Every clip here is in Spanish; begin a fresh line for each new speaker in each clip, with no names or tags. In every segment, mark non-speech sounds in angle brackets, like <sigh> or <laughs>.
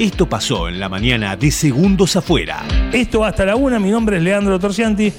Esto pasó en la mañana de Segundos Afuera.
Esto va hasta la una. Mi nombre es Leandro Torcianti.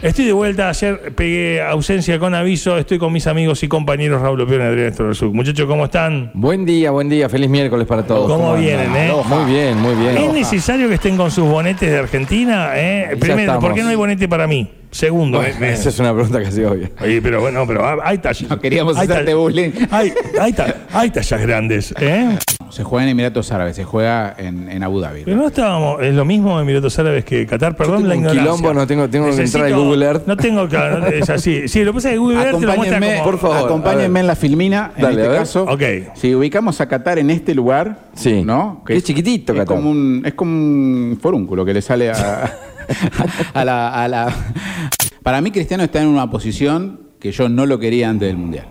Estoy de vuelta. Ayer pegué ausencia con aviso. Estoy con mis amigos y compañeros Raúl Opeón y Adrián Estorosuk. Muchachos, ¿cómo están?
Buen día, buen día, feliz miércoles para todos.
¿Cómo
andan?
vienen, eh?
Muy bien, muy bien.
¿Es necesario que estén con sus bonetes de Argentina? eh?
Ya
Primero, ¿por
estamos.
qué no hay bonete para mí? Segundo, eh,
Bueno, Esa es una pregunta casi obvia.
Oye, pero bueno, pero hay tallas.
No queríamos
Hay
hacerte
tall-
bullying.
Hay, hay ta- hay tallas grandes, ¿eh?
Se juega en Emiratos Árabes, se juega en, en Abu Dhabi.
Pero no estábamos, es lo mismo Emiratos Árabes que Qatar, perdón
tengo
la
un
ignorancia.
quilombo, no tengo- tengo que entrar al Google Earth.
No tengo, claro, no- es así. Sí, lo que pasa es que Google Earth te lo muestra
Acompáñenme,
como...
por favor, a
acompáñenme
ver.
en la filmina, en
Dale, a
este
ver.
caso.
Ok.
Si ubicamos a Qatar en este lugar,
Sí.
¿no?
Qué chiquitito
es
Qatar.
Como un, es como un forúnculo que le sale a, <laughs> a la, a la- Para mí Cristiano está en una posición que yo no lo quería antes del Mundial.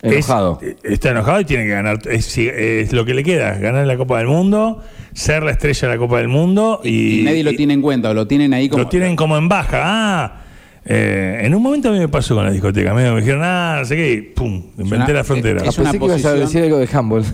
Es-
Enojado. Ah,
está enojado y tiene que ganar. Es, sí, es lo que le queda, ganar la Copa del Mundo, ser la estrella de la Copa del Mundo y...
Y, nadie lo
y-
tiene en cuenta, o lo tienen ahí como...
Lo tienen como en baja. Ah, eh, en un momento a mí me pasó con la discoteca. medio Me dijeron, ah, no sé qué, y pum, inventé
una-
la frontera.
Ah,
es una
pensé que ibas a
posición-
decir algo de handball.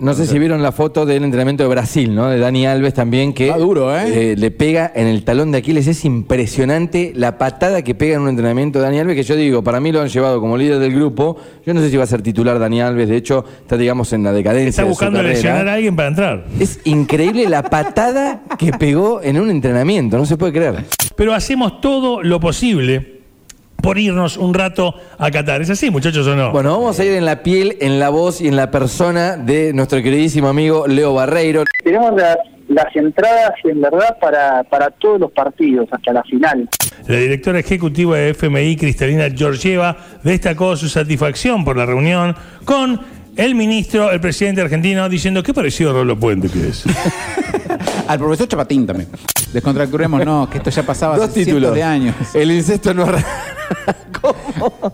No sé si vieron la foto del entrenamiento de Brasil, ¿no? De Dani Alves también, que
Está duro, ¿eh?
le pega en el talón de Aquiles. Es impresionante la patada que pega en un entrenamiento de Dani Alves, que yo digo, para mí lo han llevado como líder del grupo. Yo no sé si va a ser titular Dani Alves, de hecho, está, digamos, en la decadencia.
Está
de su
buscando
carrera.
lesionar a alguien para entrar.
Es increíble la patada que pegó en un entrenamiento, no se puede creer.
Pero hacemos todo lo posible por irnos un rato a Qatar. ¿Es así, muchachos, o no?
Bueno, vamos a ir en la piel, en la voz y en la persona de nuestro queridísimo amigo Leo Barreiro.
tenemos las, las entradas en verdad para, para todos los partidos hasta la final.
La directora ejecutiva de FMI, Cristalina Georgieva, destacó su satisfacción por la reunión con el ministro, el presidente argentino, diciendo qué parecido a Rolo Puente que
<laughs>
es.
Al profesor Chapatín también. Descontracturemos, no, que esto ya pasaba
Dos
hace cientos
títulos. <laughs>
de años.
El incesto no es raro. <laughs> ¿Cómo?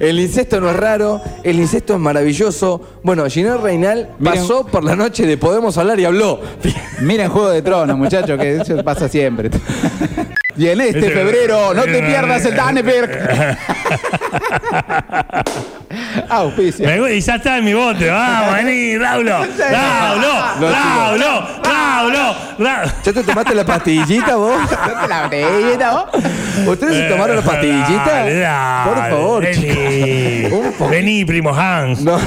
El incesto no es raro, el incesto es maravilloso. Bueno, Ginés Reinal
Miren.
pasó por la noche de Podemos Hablar y habló.
Miren Juego de Tronos, muchachos, que eso pasa siempre. Y en este febrero, no te pierdas el Daneberg. Auspicia.
Me gu- y ya está en mi bote. Vamos, vení,
<laughs>
Raulo. Raulo,
No,
Raulo, Raulo, Raulo.
¿Ya te tomaste la pastillita <laughs> vos?
¿No te la bregueta, vos?
¿Ustedes se tomaron la pastillita?
Eh, Dale, dale,
Por favor,
vení.
<laughs> chicos. Un poquito.
Vení, primo Hans.
No.